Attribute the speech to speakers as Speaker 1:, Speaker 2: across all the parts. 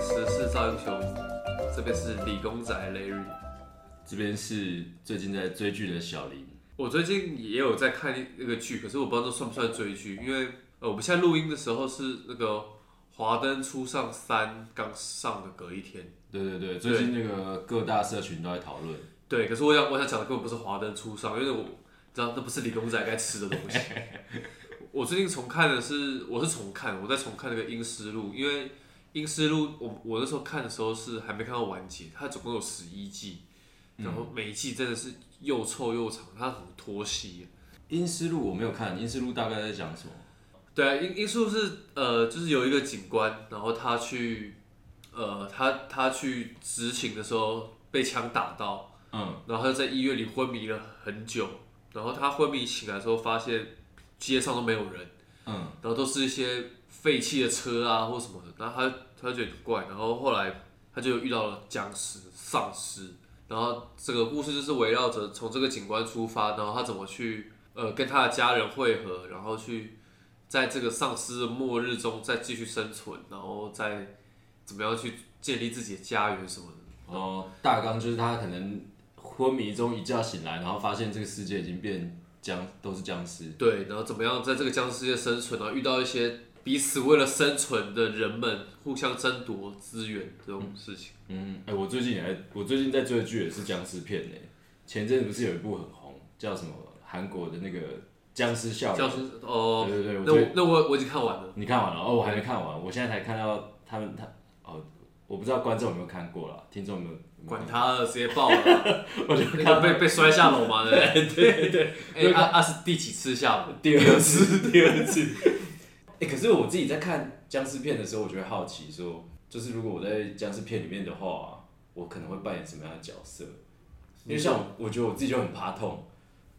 Speaker 1: 时事造英雄，这边是理工仔 Larry。
Speaker 2: 这边是最近在追剧的小林，
Speaker 1: 我最近也有在看那个剧，可是我不知道这算不算追剧，因为呃，我们现在录音的时候是那个《华灯初上三》刚上的隔一天。
Speaker 2: 对对对，最近那个各大社群都在讨论，
Speaker 1: 对，可是我想我想讲的根本不是《华灯初上》，因为我知道那不是理工仔该吃的东西。我最近重看的是，我是重看，我在重看那个《阴尸路》，因为《阴尸路》我我那时候看的时候是还没看到完结，它总共有十一季，然后每一季真的是又臭又长，它很拖戏。
Speaker 2: 《阴尸路》我没有看，《阴尸路》大概在讲什么？
Speaker 1: 对啊，因因素是呃，就是有一个警官，然后他去呃，他他去执勤的时候被枪打到，
Speaker 2: 嗯，
Speaker 1: 然后他在医院里昏迷了很久，然后他昏迷醒来之后发现街上都没有人，
Speaker 2: 嗯，
Speaker 1: 然后都是一些废弃的车啊或什么的，然后他他觉得很怪，然后后来他就遇到了僵尸、丧尸，然后整个故事就是围绕着从这个警官出发，然后他怎么去呃跟他的家人汇合，然后去在这个丧尸的末日中再继续生存，然后再怎么样去建立自己的家园什么的。
Speaker 2: 哦，大纲就是他可能昏迷中一觉醒来，然后发现这个世界已经变僵，都是僵尸。
Speaker 1: 对，然后怎么样在这个僵尸世界生存，然后遇到一些彼此为了生存的人们互相争夺资源这种事情。
Speaker 2: 嗯，哎、我最近也在，我最近在追的剧也是僵尸片呢、前阵子不是有一部很红，叫什么韩国的那个《僵尸校园
Speaker 1: 僵》？尸哦，
Speaker 2: 对对对，我
Speaker 1: 那
Speaker 2: 最
Speaker 1: 我那我我已经看完了。
Speaker 2: 你看完了哦，我还没看完，我现在才看到他们他哦，我不知道观众有没有看过啦，听众有没有？有没有
Speaker 1: 管他了，直接爆了，
Speaker 2: 嗯 我就
Speaker 1: 那个被被摔下楼嘛，对不 对？对对对。哎，那那是第几次下楼？
Speaker 2: 第二 次，第二次。哎、可是我自己在看僵尸片的时候，我就会好奇说，就是如果我在僵尸片里面的话，我可能会扮演什么样的角色？因为像我，我觉得我自己就很怕痛。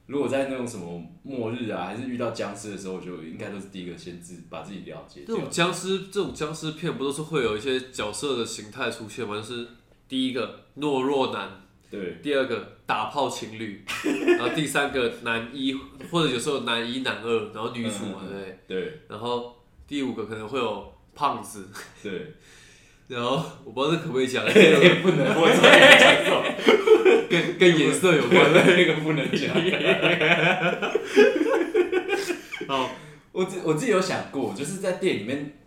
Speaker 2: 如果在那种什么末日啊，还是遇到僵尸的时候，我就应该都是第一个先自把自己了解
Speaker 1: 这
Speaker 2: 掉。
Speaker 1: 种僵尸，这种僵尸片不都是会有一些角色的形态出现吗？就是第一个懦弱男，
Speaker 2: 对，
Speaker 1: 第二个打炮情 侣，然后第三个男一，或者有时候男一男二，然后女主嘛，
Speaker 2: 嗯嗯嗯
Speaker 1: 对不对？
Speaker 2: 对，
Speaker 1: 然后第五个可能会有胖子，
Speaker 2: 对，
Speaker 1: 然后我不知道这可不可以 讲，
Speaker 2: 也不能，我这个讲什 么？
Speaker 1: 跟跟颜色有关。
Speaker 2: 那个不能讲。
Speaker 1: 哦，
Speaker 2: 我自我自己有想过，就是在店里面，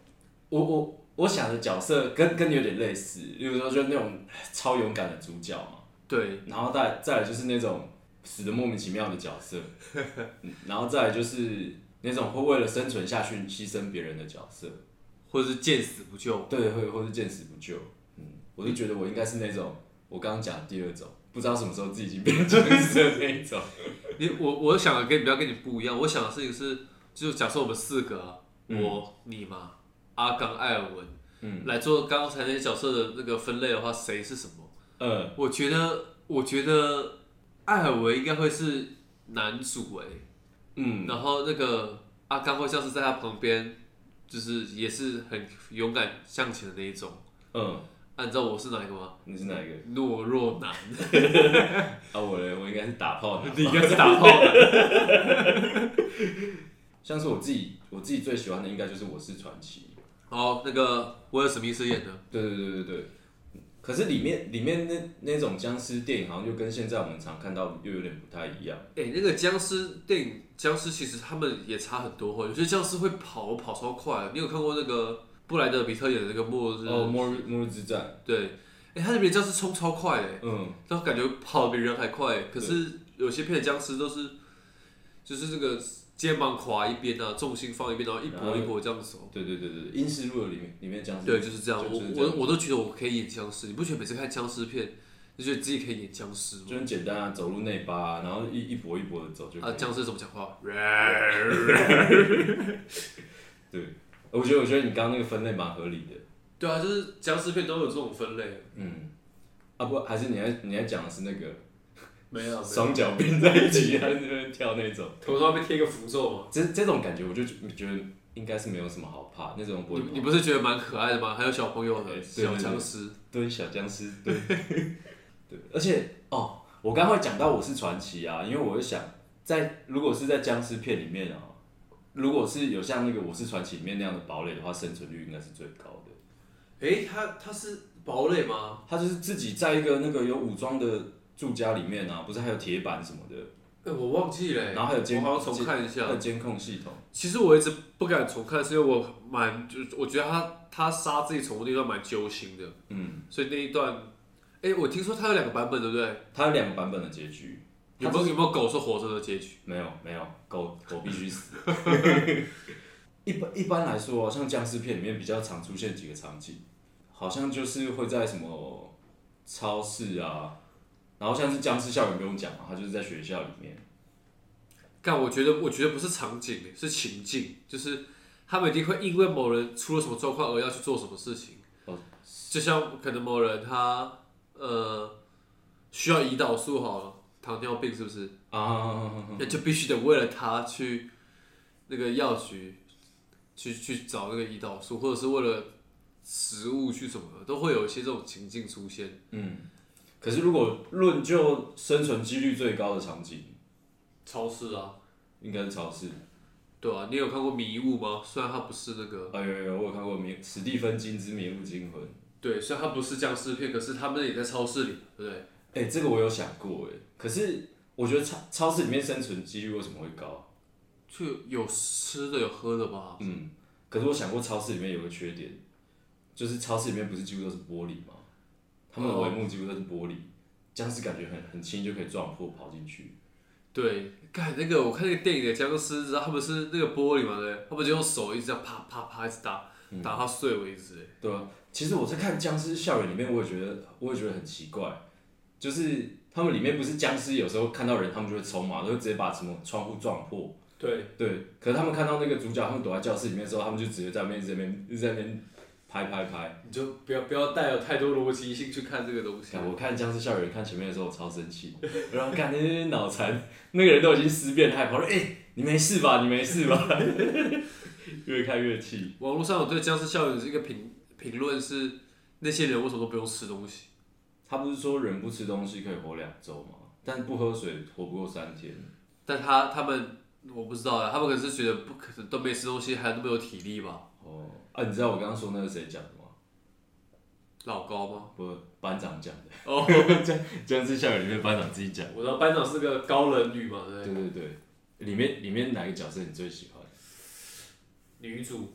Speaker 2: 我我我想的角色跟跟你有点类似，例如说就那种超勇敢的主角嘛，
Speaker 1: 对，
Speaker 2: 然后再再来就是那种死的莫名其妙的角色，嗯然后再来就是那种会为了生存下去牺牲别人的角色，
Speaker 1: 或者是见死不救。
Speaker 2: 对，会或是见死不救，嗯，我就觉得我应该是那种我刚刚讲的第二种，不知道什么时候自己已经变成僵尸的那一种，
Speaker 1: 你我我想的跟比较跟你不一样，我想的事情是，就是假设我们四个啊、
Speaker 2: 嗯
Speaker 1: 我、你嘛、阿刚、艾尔文，
Speaker 2: 嗯，
Speaker 1: 来做刚才那些角色的那个分类的话，谁是什么？
Speaker 2: 呃，
Speaker 1: 我觉得，我觉得艾尔文应该会是男主哎、
Speaker 2: 嗯，
Speaker 1: 然后那个阿刚会像是在他旁边，就是也是很勇敢向前的那一种。
Speaker 2: 嗯，
Speaker 1: 啊，你知道我是哪一个吗？
Speaker 2: 你是哪一个？
Speaker 1: 懦弱男，
Speaker 2: 啊，我嘞，我应该是打炮男。
Speaker 1: 你应该是打炮男。
Speaker 2: 像是我自己，我自己最喜欢的应该就是《我是传奇
Speaker 1: 好，那个威尔史密斯演的，》。
Speaker 2: 对对对对对。可是里面里面那那种僵尸电影，好像就跟现在我们常看到又有点不太一样。
Speaker 1: 哎、那个僵尸电影，僵尸其实他们也差很多哦。有些僵尸会跑，跑超快。你有看过那个布莱德比特演的那个《末日》？
Speaker 2: 哦，末日末日之战，
Speaker 1: 对，哎、他那边僵尸冲超快哎，
Speaker 2: 嗯，
Speaker 1: 然后感觉跑得比人还快。可是有些片的僵尸都是，就是这个肩膀垮一边啊，重心放一边，然后一波一波这样走。
Speaker 2: 对对对对，《阴尸路》的里面里面僵尸，
Speaker 1: 对，就是这样。
Speaker 2: 就
Speaker 1: 我
Speaker 2: 就是这
Speaker 1: 我我都觉得我可以演僵尸，你不觉得每次看僵尸片，就觉得自己可以演僵尸吗？
Speaker 2: 就很简单啊，走路内八、然后一一跛一跛的走就可以
Speaker 1: 啊，僵尸怎么讲 话？
Speaker 2: 对，我觉得我觉得你刚刚那个分类蛮合理的。
Speaker 1: 对啊，就是僵尸片都有这种分类。
Speaker 2: 嗯，啊不，还是你在你在讲的是那个
Speaker 1: 没有，
Speaker 2: 双脚并在 一起，还是那边跳那种。
Speaker 1: 头上被贴一个符咒嘛。
Speaker 2: 这这种感觉，我就觉得应该是没有什么好怕，那种不会
Speaker 1: 你你不是觉得蛮可爱的吗？还有小朋友
Speaker 2: 对
Speaker 1: 的
Speaker 2: 对
Speaker 1: 小僵尸，
Speaker 2: 对小僵尸， 对对，而且哦，我刚刚会讲到我是传奇啊，因为我就想在如果是在僵尸片里面啊，如果是有像那个我是传奇里面那样的堡垒的话，生存率应该是最高的。
Speaker 1: 哎、诶，他他是堡垒吗？
Speaker 2: 他就是自己在一个那个有武装的住家里面啊，不是还有铁板什么的，
Speaker 1: 哎、我忘记了、
Speaker 2: 然后还有监
Speaker 1: 我好像重看一
Speaker 2: 还
Speaker 1: 下。
Speaker 2: 有监控系统。
Speaker 1: 其实我一直不敢重看，是因为我蛮就是我觉得他他杀自己宠物那段蛮揪心的，
Speaker 2: 嗯，
Speaker 1: 所以那一段，哎、我听说他有两个版本，对不对？
Speaker 2: 他有两个版本的结局，
Speaker 1: 有没有有没有狗是活着的结局？
Speaker 2: 没有没有，狗狗必须死。 一般一般来说，像僵尸片里面比较常出现几个场景，好像就是会在什么超市啊，然后像是僵尸校园不用讲嘛，它就是在学校里面。
Speaker 1: 但我觉得我觉得不是场景，是情境，就是他们一定会因为某人出了什么状况而要去做什么事情。
Speaker 2: 哦
Speaker 1: 就像可能某人他呃需要胰岛素好了，糖尿病是不是？
Speaker 2: 啊，
Speaker 1: 那就必须得为了他去那个药局去去找那个胰岛素，或者是为了食物去什么的，都会有一些这种情境出现。
Speaker 2: 嗯，可是如果论就生存几率最高的场景，
Speaker 1: 超市啊，
Speaker 2: 应该是超市。
Speaker 1: 对啊，你有看过《迷雾》吗？虽然它不是那个，
Speaker 2: 哎呦呦，我有看过《迷史蒂芬金之迷雾惊魂》。
Speaker 1: 对，虽然它不是僵尸片，可是他们也在超市里，对不对？
Speaker 2: 哎、这个我有想过哎，可是我觉得超超市里面生存几率为什么会高？
Speaker 1: 就有吃的有喝的吧？
Speaker 2: 嗯，可是我想过超市里面有个缺点，就是超市里面不是几乎都是玻璃吗？他们的帷幕几乎都是玻璃，僵尸感觉很很轻易就可以撞破跑进去。
Speaker 1: 对，看那个我看那个电影的僵尸，知道他们是那个玻璃嘛？对不对，他们就用手一直这样啪啪啪一直打，打它碎为止。哎
Speaker 2: 对啊，其实我在看僵尸校园里面，我也觉得，我也觉得很奇怪，就是他们里面不是僵尸，有时候看到人他们就会冲嘛，都会直接把什么窗户撞破。
Speaker 1: 对，
Speaker 2: 对，可是他们看到那个主角，他们躲在教室里面的时候，他们就直接在那边一直在那边一直在那边拍拍拍。
Speaker 1: 你就不要不要带有太多逻辑性去看这个东西。
Speaker 2: 啊看我看僵尸校园看前面的时候，我超生气，然后看那些脑残，那个人都已经尸变害怕了，哎、你没事吧？你没事吧？ 越看越气。
Speaker 1: 网络上有对僵尸校园的一个评评论是，那些人为什么都不用吃东西？
Speaker 2: 他不是说人不吃东西可以活两周吗？但不喝水活不过三天。
Speaker 1: 但他他们我不知道啊，他们可能是觉得不可能都没吃东西，还有那么有体力吧？
Speaker 2: 哦，啊，你知道我刚刚说那是谁讲的吗？
Speaker 1: 老高吗？
Speaker 2: 不，班长讲的。
Speaker 1: 哦，
Speaker 2: 僵尸校园里面班长自己讲。
Speaker 1: 我知道班长是个高冷女嘛，对不
Speaker 2: 对
Speaker 1: 对？
Speaker 2: 对对，里面里面哪个角色你最喜欢？
Speaker 1: 女主，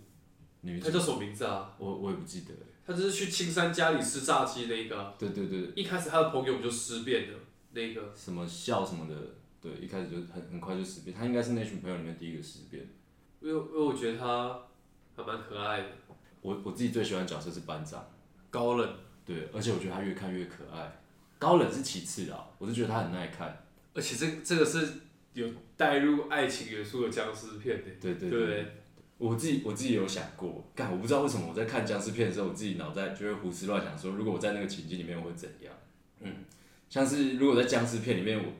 Speaker 2: 女
Speaker 1: 她
Speaker 2: 主？
Speaker 1: 叫什么名字啊？
Speaker 2: 我我也不记得了。
Speaker 1: 她就是去青山家里吃炸鸡那个啊，
Speaker 2: 对对对，
Speaker 1: 一开始她的朋友不就尸变了那个？
Speaker 2: 什么笑什么的，对，一开始就很很快就识别，他应该是那群朋友里面第一个识别。
Speaker 1: 因为因为我觉得她还蛮可爱的，
Speaker 2: 我我自己最喜欢的角色是班长。
Speaker 1: 高冷，
Speaker 2: 对，而且我觉得他越看越可爱。高冷是其次啊，我是觉得他很耐看。
Speaker 1: 而且这这个是有带入爱情元素的僵尸片的，
Speaker 2: 对对
Speaker 1: 对不对？
Speaker 2: 我自己我自己有想过，但我不知道为什么我在看僵尸片的时候，我自己脑袋就会胡思乱想，说如果我在那个情境里面我会怎样？嗯，像是如果在僵尸片里面，我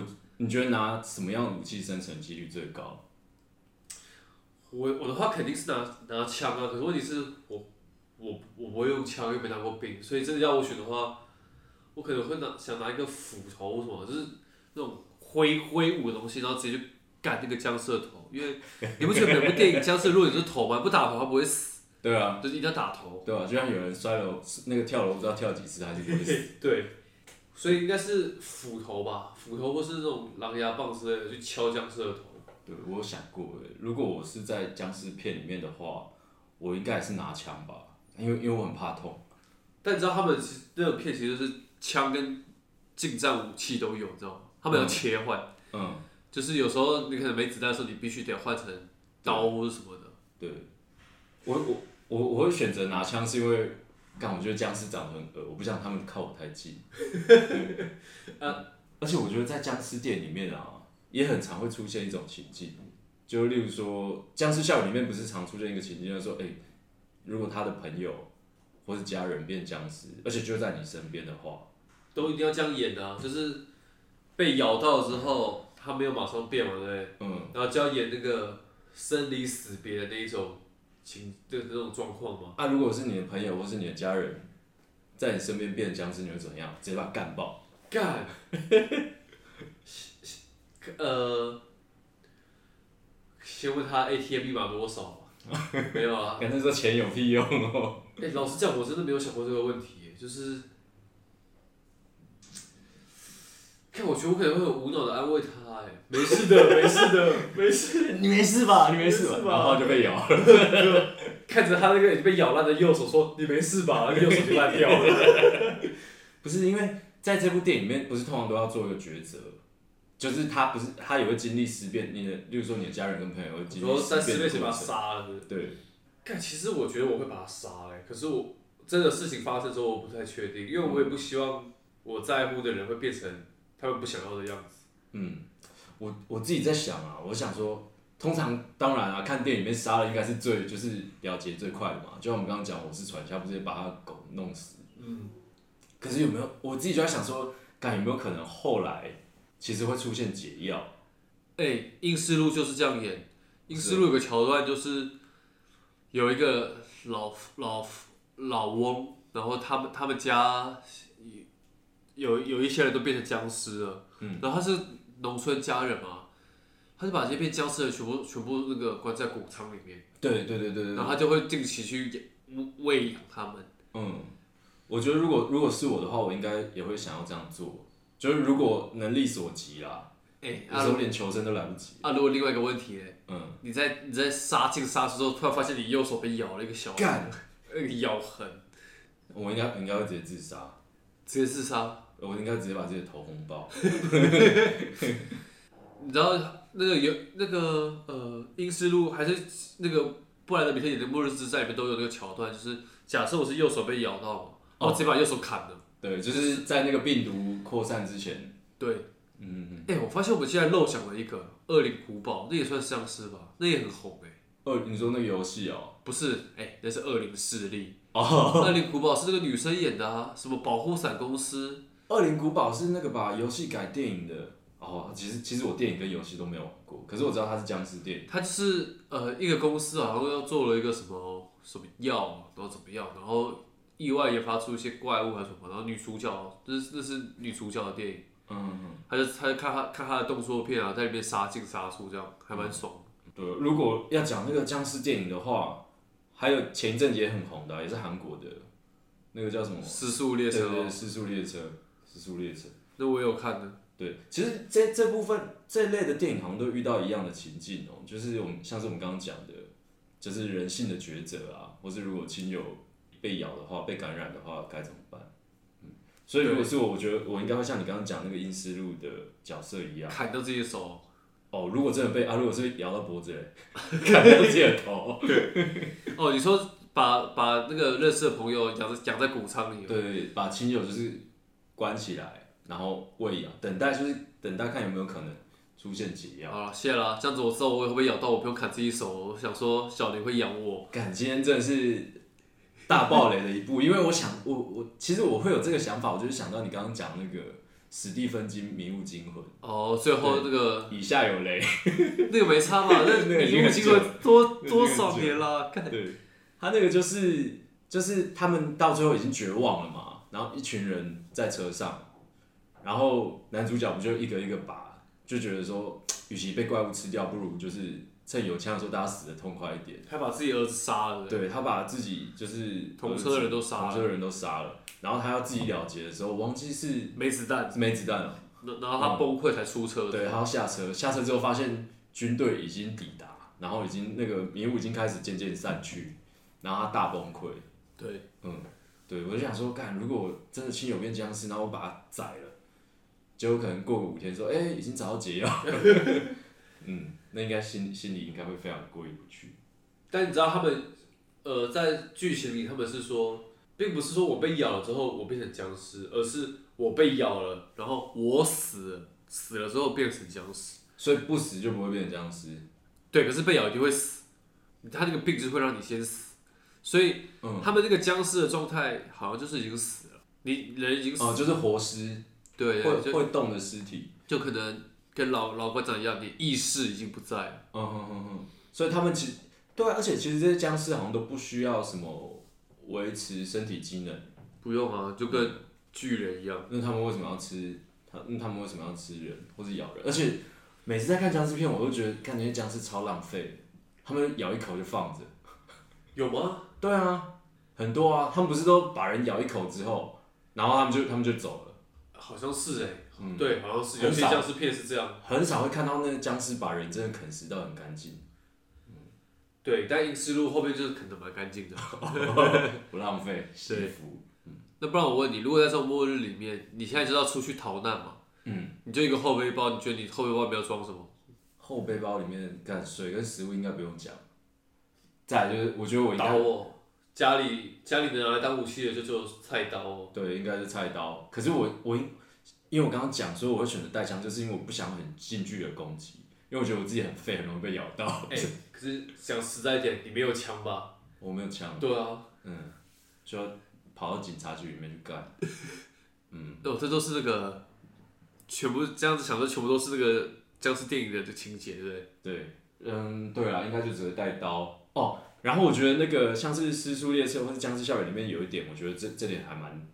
Speaker 2: 我你觉得拿什么样的武器生存几率最高？
Speaker 1: 我我的话肯定是拿拿枪啊，可是问题是我我我不会用枪，又没拿过兵，所以真的要我选的话，我可能会拿想拿一个斧头什么，就是那种挥挥舞的东西，然后直接去干那个僵尸的头，因 为你不觉得每部电影僵尸如果你是头吗？不打头他不会死，
Speaker 2: 对啊，
Speaker 1: 就是一定要打头。
Speaker 2: 对啊，就像有人摔楼那个跳楼，不知道跳几次还是不会死。
Speaker 1: 对，所以应该是斧头吧，斧头或是那种狼牙棒之类的去敲僵尸的头。
Speaker 2: 对我有想过，欸如果我是在僵尸片里面的话，我应该也是拿枪吧，因为因为我很怕痛。
Speaker 1: 但你知道他们其实那个片其实就是枪跟近战武器都有，你知道吗？他们要切换。
Speaker 2: 嗯，
Speaker 1: 就是有时候你可能没子弹的时候，你必须得换成刀或者什么的。
Speaker 2: 对，我我我我会选择拿枪，是因为，干我觉得僵尸长得很恶，我不想他们靠我太近。啊，而且我觉得在僵尸店里面啊，也很常会出现一种情境，就例如说僵尸校园里面不是常出现一个情境，就是说，哎、如果他的朋友或是家人变僵尸，而且就在你身边的话，
Speaker 1: 都一定要这样演的、啊，就是被咬到之后，他没有马上变嘛，对不对？
Speaker 2: 嗯，
Speaker 1: 然后就要演那个生离死别的那一种情，的那种状况嘛。
Speaker 2: 啊，如果是你的朋友或是你的家人在你身边变僵尸，你会怎样？直接把他干爆。
Speaker 1: 干， 呃，先问他 ATM 密码多少嘛？没有啊，
Speaker 2: 感觉说钱有屁用哦。
Speaker 1: 哎、老实讲，我真的没有想过这个问题耶，就是，看我觉得我可能会很无脑的安慰他，哎，没事的，没事的，没事。
Speaker 2: 你没事吧？你没
Speaker 1: 事吧
Speaker 2: 然后就被咬了。
Speaker 1: 看着他那个已经被咬烂的右手说：“你没事吧？”那个右手就烂掉了。
Speaker 2: 不是因为在这部电影里面，不是通常都要做一个抉择，就是他不是他也会经历思辨，你的，例如说你的家人跟朋友会
Speaker 1: 你
Speaker 2: 经历
Speaker 1: 说在
Speaker 2: 思
Speaker 1: 四倍
Speaker 2: 辨的
Speaker 1: 前把
Speaker 2: 过
Speaker 1: 他
Speaker 2: 程。
Speaker 1: 杀了。
Speaker 2: 对，
Speaker 1: 看，其实我觉得我会把他杀了、可是我真的事情发生之后，我不太确定，因为我也不希望我在乎的人会变成他们不想要的样子。
Speaker 2: 嗯，我我自己在想啊，我想说，通常当然啊，看电影里面杀了应该是最就是了结最快的嘛。就像我们刚刚讲，我是传销，不是也把他的狗弄死？
Speaker 1: 嗯，
Speaker 2: 可是有没有我自己就在想说，看有没有可能后来其实会出现解药？
Speaker 1: 哎、《英斯路》就是这样演，《英斯路》有个桥段就是有一个老老老翁，然后他们他们家有有一些人都变成僵尸了，
Speaker 2: 嗯，
Speaker 1: 然后他是农村家人嘛，他就把这些变僵尸的全部全部那个关在谷仓里面，
Speaker 2: 对对对对对
Speaker 1: 然后他就会定期去喂喂养他们。
Speaker 2: 嗯，我觉得如果如果是我的话，我应该也会想要这样做，就是如果能力所及啦，
Speaker 1: 哎、
Speaker 2: 有
Speaker 1: 啊
Speaker 2: 时
Speaker 1: 如
Speaker 2: 候连求生都来不及。
Speaker 1: 啊，如果另外一个问题嘞，
Speaker 2: 嗯，
Speaker 1: 你在你在杀进杀出之后，突然发现你右手被咬了一个小
Speaker 2: 干，
Speaker 1: 那个咬痕，
Speaker 2: 我应该应该会直接自杀，
Speaker 1: 直接自杀。
Speaker 2: 我应该直接把自己的头轰爆。
Speaker 1: 你知道那个有那个呃《英斯路》还是那个布莱德比特演的《末日之战》里面都有那个桥段，就是假设我是右手被咬到嘛，
Speaker 2: 哦
Speaker 1: 然后直接把右手砍了。
Speaker 2: 对，就是在那个病毒扩散之前，
Speaker 1: 对，
Speaker 2: 嗯，
Speaker 1: 哎、我发现我们现在漏讲了一个《恶灵古堡》，那也算丧尸吧？那也很红哎、
Speaker 2: 哦，你说那个游戏哦，
Speaker 1: 不是，哎、那是《恶灵势力》。
Speaker 2: 哦，
Speaker 1: 《恶灵古堡》是那个女生演的啊，什么保护伞公司？
Speaker 2: 《恶灵古堡》是那个吧，游戏改电影的。哦，其实其实我电影跟游戏都没有玩过，可是我知道它是僵尸电影。
Speaker 1: 她就是呃一个公司好像要做了一个什么什么药，然后怎么样，然后意外研发出一些怪物还是什么，然后女主角，这是那是女主角的电影。
Speaker 2: 嗯，
Speaker 1: 他就他就看他看他的动作片啊，在里面杀进杀出，这样还蛮爽的。
Speaker 2: 对。如果要讲那个僵尸电影的话，还有前一阵子也很红的啊、也是韩国的，那个叫什么？
Speaker 1: 时速列车
Speaker 2: 对对对
Speaker 1: 哦，
Speaker 2: 失速列车，失速列车。
Speaker 1: 那我有看的。
Speaker 2: 对，其实这这部分这类的电影好像都遇到一样的情境哦，就是我们像是我们刚刚讲的，就是人性的抉择啊，或是如果亲友被咬的话、被感染的话该怎么办？嗯，所以如果是我，我觉得我应该会像你刚刚讲那个阴思路的角色一样，
Speaker 1: 砍掉自己的手，
Speaker 2: 哦，如果真的被啊，如果是咬到脖子嘞， 砍掉自己的头，
Speaker 1: 哦，你说把把那个认识的朋友养在养在谷仓里，
Speaker 2: 对，把亲友就是关起来，然后喂养，等待就是等待看有没有可能出现解药。
Speaker 1: 好了，谢啦。这样子我知道我会不会咬到，我不用砍自己手。我想说小林会养我，
Speaker 2: 感今天真的是大爆雷的一部，因为我想，我我其实我会有这个想法，我就是想到你刚刚讲那个史蒂芬金《迷雾惊魂
Speaker 1: 哦，最后那个》，
Speaker 2: 以下有雷，
Speaker 1: 那个没差嘛，那
Speaker 2: 那个已经
Speaker 1: 迷雾
Speaker 2: 很
Speaker 1: 经
Speaker 2: 久
Speaker 1: 过
Speaker 2: 了
Speaker 1: 多
Speaker 2: 那已经
Speaker 1: 多
Speaker 2: 很
Speaker 1: 少
Speaker 2: 久
Speaker 1: 年啦，干
Speaker 2: 对， 他那个就是就是他们到最后已经绝望了嘛，然后一群人在车上，然后男主角不就一个一个拔，就觉得说，与其被怪物吃掉，不如就是趁有枪的时候大家死的痛快一点。
Speaker 1: 还把自己儿子杀了。
Speaker 2: 对他把自己就是
Speaker 1: 同车人都杀了
Speaker 2: 同车人都杀了，然后他要自己了结的时候，我忘记是
Speaker 1: 没子弹，
Speaker 2: 是没子弹了，
Speaker 1: 然然后他崩溃才出车。
Speaker 2: 对，他要下车，下车之后发现军队已经抵达，然后已经那个迷雾已经开始渐渐散去，然后他大崩溃，
Speaker 1: 对，
Speaker 2: 嗯，对我就想说，干，如果我真的亲友变僵尸，然后我把他宰了，结果可能过个五天说，哎、已经找到解药了， 嗯，那应该心心里应该会非常过意不去，
Speaker 1: 但你知道他们，呃，在剧情里他们是说，并不是说我被咬了之后我变成僵尸，而是我被咬了，然后我死了，死了之后变成僵尸。
Speaker 2: 所以不死就不会变成僵尸，
Speaker 1: 对，可是被咬一定会死，他那个病就是会让你先死，所以
Speaker 2: 嗯，
Speaker 1: 他们那个僵尸的状态好像就是已经死了，你人已经死，
Speaker 2: 哦，就是活尸。
Speaker 1: 对
Speaker 2: 会
Speaker 1: 对，就
Speaker 2: 会动的尸体。
Speaker 1: 就可能跟老老馆长一样，你意识已经不在了。
Speaker 2: 嗯嗯嗯嗯。所以他们其实对啊，而且其实这些僵尸好像都不需要什么维持身体机能，
Speaker 1: 不用啊，就跟巨人一样。
Speaker 2: 那他们为什么要吃？他那他们为什么要吃人或是咬人？而且每次在看僵尸片，我都觉得看那些僵尸超浪费的，他们咬一口就放着。
Speaker 1: 有吗？
Speaker 2: 对啊，很多啊，他们不是都把人咬一口之后，然后他们就他们就走了，
Speaker 1: 好像是哎、
Speaker 2: 嗯
Speaker 1: 对，好像是
Speaker 2: 很
Speaker 1: 有些
Speaker 2: 少
Speaker 1: 僵尸片是这样，
Speaker 2: 很少会看到那个僵尸把人真的啃食到很干净，
Speaker 1: 对，但阴尸路后面就是啃得蛮干净 的。
Speaker 2: 不浪费
Speaker 1: 是
Speaker 2: 幸福。
Speaker 1: 那不然我问你，如果在这种末日里面，你现在知道出去逃难嘛？
Speaker 2: 嗯，
Speaker 1: 你就一个后背包，你觉得你后背包里面要装什么？
Speaker 2: 后背包里面干水跟食物应该不用讲。再来就是，我觉得我应
Speaker 1: 刀
Speaker 2: 该
Speaker 1: 哦，家里家里能拿来当武器的就只有菜刀哦。
Speaker 2: 对应该是菜刀，可是我我因因为我刚刚讲说我会选择带枪，就是因为我不想很近距离的攻击，因为我觉得我自己很废，很容易被咬到。
Speaker 1: 哎、可是讲实在一点，你没有枪吧？
Speaker 2: 我没有枪，
Speaker 1: 对啊，
Speaker 2: 嗯，就要跑到警察局里面去干。
Speaker 1: 哦，这都是那个全部这样子想说，全部都是那个僵尸电影的情节，对不对？
Speaker 2: 对，嗯，对啦，应该就只会带刀哦。然后我觉得那个像是《失速列车》或是《僵尸校园》里面有一点，我觉得这这点还蛮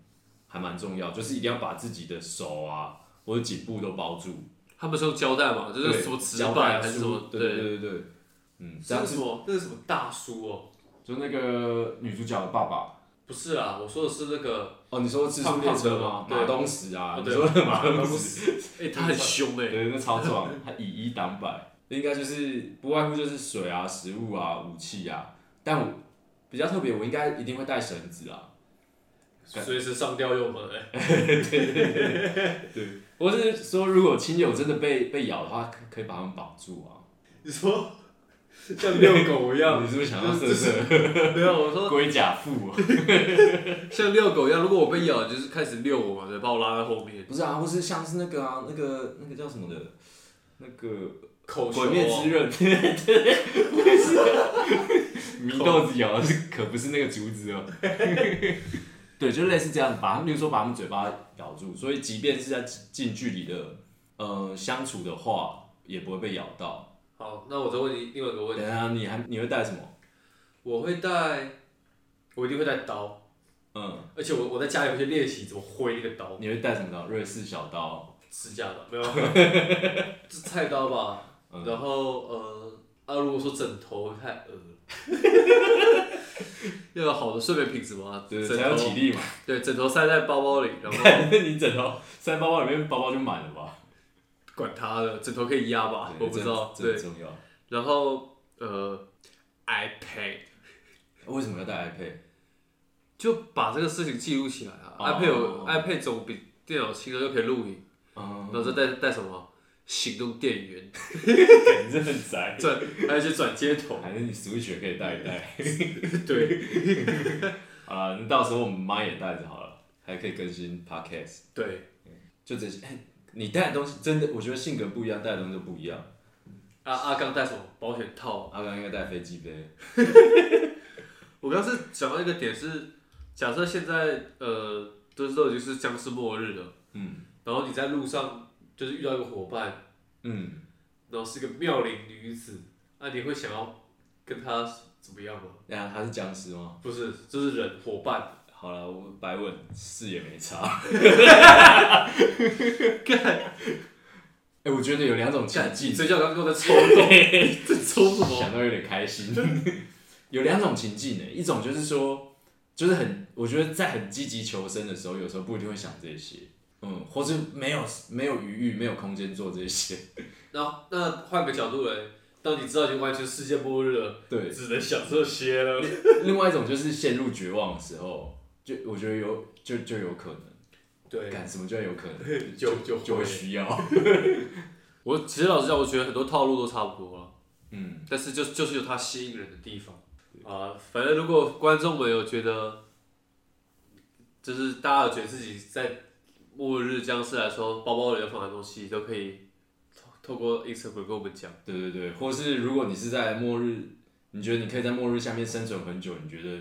Speaker 2: 还蛮重要，就是一定要把自己的手啊或者颈部都包住，
Speaker 1: 他们是用胶带嘛，就是
Speaker 2: 对啊
Speaker 1: 什么纸
Speaker 2: 胶带
Speaker 1: 板还是
Speaker 2: 书
Speaker 1: 什么？
Speaker 2: 对对对对，嗯，这
Speaker 1: 这
Speaker 2: 样
Speaker 1: 是
Speaker 2: 子
Speaker 1: 什么？这是什么大叔哦？
Speaker 2: 就那个女主角的爸爸。
Speaker 1: 不是啦，我说的是那个，
Speaker 2: 哦，你说《自速列车》吗？
Speaker 1: 胖胖的
Speaker 2: 马东石
Speaker 1: 哦，
Speaker 2: 啊你
Speaker 1: 对
Speaker 2: 说的马东石，
Speaker 1: 哎、他很凶哎、
Speaker 2: 对，那超壮，他以一挡百，应该就是不外乎就是水啊、食物啊、武器啊。但我比较特别，我应该一定会带绳子啊。
Speaker 1: 随时上吊用的、哎
Speaker 2: 我是说，如果亲友真的被被咬的话，可可以把他们绑住啊。
Speaker 1: 你说 像遛狗一样，
Speaker 2: 你是不是想要
Speaker 1: 就
Speaker 2: 色
Speaker 1: 是
Speaker 2: 色
Speaker 1: 没有，我说
Speaker 2: 龟甲啊父？
Speaker 1: 像遛狗一样，如果我被咬，你就是开始遛我嘛，对，把我拉在后面。
Speaker 2: 不是啊，或是像是那个啊，那个那个叫什么的，那个
Speaker 1: 口
Speaker 2: 《
Speaker 1: 球、
Speaker 2: 鬼灭之
Speaker 1: 哦，
Speaker 2: 刃》对 对对，不是祢豆子咬的是可不是那个竹子哦。 对，就类似这样，把他，例如说把他们嘴巴咬住，所以即便是在近距离的呃相处的话，也不会被咬到。
Speaker 1: 好，那我再问你另外一个问
Speaker 2: 等
Speaker 1: 题，
Speaker 2: 一下你还你会带什么？
Speaker 1: 我会带，我一定会带刀，
Speaker 2: 嗯，
Speaker 1: 而且我我在家里会去练习怎么挥那个刀，
Speaker 2: 你会带什么刀？瑞士小刀。
Speaker 1: 指甲吧，没有， 是菜刀吧，
Speaker 2: 嗯
Speaker 1: 然后呃，啊，如果说枕头太呃， 要有好的睡眠品质嘛，
Speaker 2: 对，
Speaker 1: 枕
Speaker 2: 才有体
Speaker 1: 头
Speaker 2: 力嘛。
Speaker 1: 对，枕头塞在包包里，然后
Speaker 2: 你枕头塞包包里面，包包就满了吧？
Speaker 1: 管它 的，枕头可以压吧，
Speaker 2: 对
Speaker 1: 我不知道，
Speaker 2: 这这
Speaker 1: 对
Speaker 2: 很，重要。
Speaker 1: 然后呃，iPad
Speaker 2: 为什么要带 iPad？
Speaker 1: 就把这个事情记录起来啊、
Speaker 2: 哦
Speaker 1: i p a d 有 iPad 总比电脑轻了，啊又可以录影，
Speaker 2: 嗯
Speaker 1: 然，后再带带什么行动电源，
Speaker 2: 你这很宅。
Speaker 1: 转还有一些转接头，
Speaker 2: 还是你 Switch 也可以带一带。
Speaker 1: 对
Speaker 2: 好了，那到时候我们妈也带着好了，还可以更新 Podcast。
Speaker 1: 对。
Speaker 2: 就这些，哎你带的东西真的，我觉得性格不一样，带的东西都不一样。
Speaker 1: 阿阿刚带什么保险套？
Speaker 2: 阿刚应该带飞机杯，
Speaker 1: 我刚刚是讲到一个点是，假设现在呃，就是都已经是僵尸末日了，
Speaker 2: 嗯
Speaker 1: 然后你在路上就是遇到一个伙伴，
Speaker 2: 嗯，
Speaker 1: 然后是一个妙龄女子，那、你会想要跟她怎么样吗？
Speaker 2: 然后他是僵尸吗？
Speaker 1: 不是，就是人伙伴，
Speaker 2: 好了，我白问是也没差。哎、我觉得有两种情
Speaker 1: 干
Speaker 2: 境，
Speaker 1: 所以叫我刚刚在抽动， 在抽什么？
Speaker 2: 想到有点开心。 有两种情境呢，欸一种就是说，就是很，我觉得在很积极求生的时候，有时候不一定会想这些，嗯，或是没有没有余裕、没有空间做这些。
Speaker 1: 然后那换个角度来，当你知道已经完全世界末日了，
Speaker 2: 对，
Speaker 1: 只能想这些了。
Speaker 2: 另外一种就是陷入绝望的时候，就我觉得有就就有可能，
Speaker 1: 对，
Speaker 2: 干什么叫有可能，
Speaker 1: 就就
Speaker 2: 就
Speaker 1: 会
Speaker 2: 会需要，
Speaker 1: 我其实老实讲，我觉得很多套路都差不多了。
Speaker 2: 嗯，
Speaker 1: 但是就就是有它吸引人的地方啊、反正如果观众们有觉得，就是大家有觉得自己在末日僵尸来说，包包里面放的东西都可以透透过 Instagram 跟我们讲。
Speaker 2: 对对对，或是如果你是在末日，你觉得你可以在末日下面生存很久，你觉得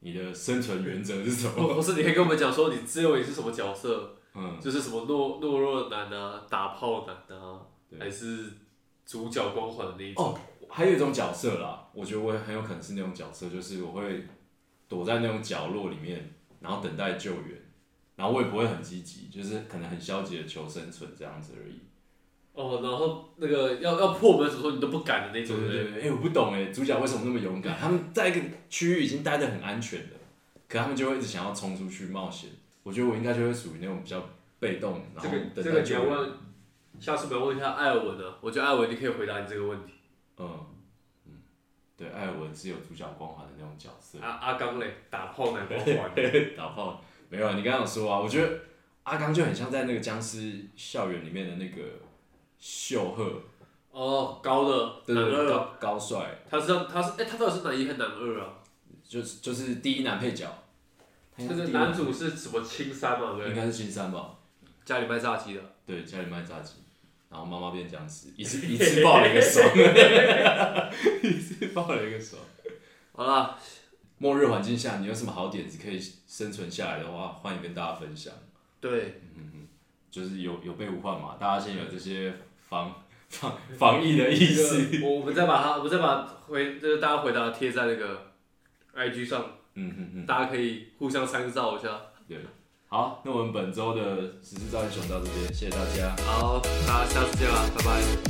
Speaker 2: 你的生存原则是什 么？
Speaker 1: 或是你可以跟我们讲说，你自认为是什么角色，
Speaker 2: 嗯。
Speaker 1: 就是什么懦懦弱男啊、打炮男啊，
Speaker 2: 对
Speaker 1: 还是主角光环的那一种。
Speaker 2: 哦，还有一种角色啦，我觉得我很有可能是那种角色，就是我会躲在那种角落里面，然后等待救援，然后我也不会很积极，就是可能很消极的求生存这样子而已。
Speaker 1: 哦，然后那个要要破门什么时候你都不敢的那
Speaker 2: 对
Speaker 1: 种
Speaker 2: 对
Speaker 1: 人。
Speaker 2: 对，哎、我不懂哎、主角为什么那么勇敢？他们在一个区域已经待得很安全了，可他们就会一直想要冲出去冒险。我觉得我应该就会属于那种比较被动，然
Speaker 1: 这
Speaker 2: 后
Speaker 1: 个这
Speaker 2: 等待
Speaker 1: 个你
Speaker 2: 救
Speaker 1: 要
Speaker 2: 援。
Speaker 1: 问，下次不要问一下艾尔文啊，我觉得艾尔文你可以回答你这个问题。
Speaker 2: 嗯嗯，对，艾尔文是有主角光环的那种角色。
Speaker 1: 啊阿阿刚嘞，打炮奶包环，
Speaker 2: 打炮没有啊？你刚刚有说啊，我觉得阿刚就很像在那个僵尸校园里面的那个秀赫，
Speaker 1: 哦，高的
Speaker 2: 对
Speaker 1: 男
Speaker 2: 对对，
Speaker 1: 二，
Speaker 2: 高高帅，
Speaker 1: 他是他是哎、他到底是男一还是男二啊？
Speaker 2: 就是就是第一男配角，他应
Speaker 1: 就
Speaker 2: 该
Speaker 1: 是
Speaker 2: 第一嗯
Speaker 1: 男主是什么青山嘛，对
Speaker 2: 应
Speaker 1: 不对，
Speaker 2: 该是新三吧？
Speaker 1: 家里卖炸鸡的，
Speaker 2: 对，家里卖炸鸡，然后妈妈变僵尸，一次一次爆了一个爽，一次爆了一个爽。
Speaker 1: 好啦，
Speaker 2: 末日环境下，你有什么好点子可以生存下来的话，欢迎跟大家分享。
Speaker 1: 对，
Speaker 2: 就是有有备无患嘛，大家先有这些防防防疫的意识。
Speaker 1: 我我们再把它，我们再把回就是大家回答贴在那个 IG 上，
Speaker 2: 嗯哼哼，
Speaker 1: 大家可以互相参照一下。
Speaker 2: 对。好，那我们本周的时事造英雄到这边，谢谢大家。
Speaker 1: 好，大家下次见啦，拜拜。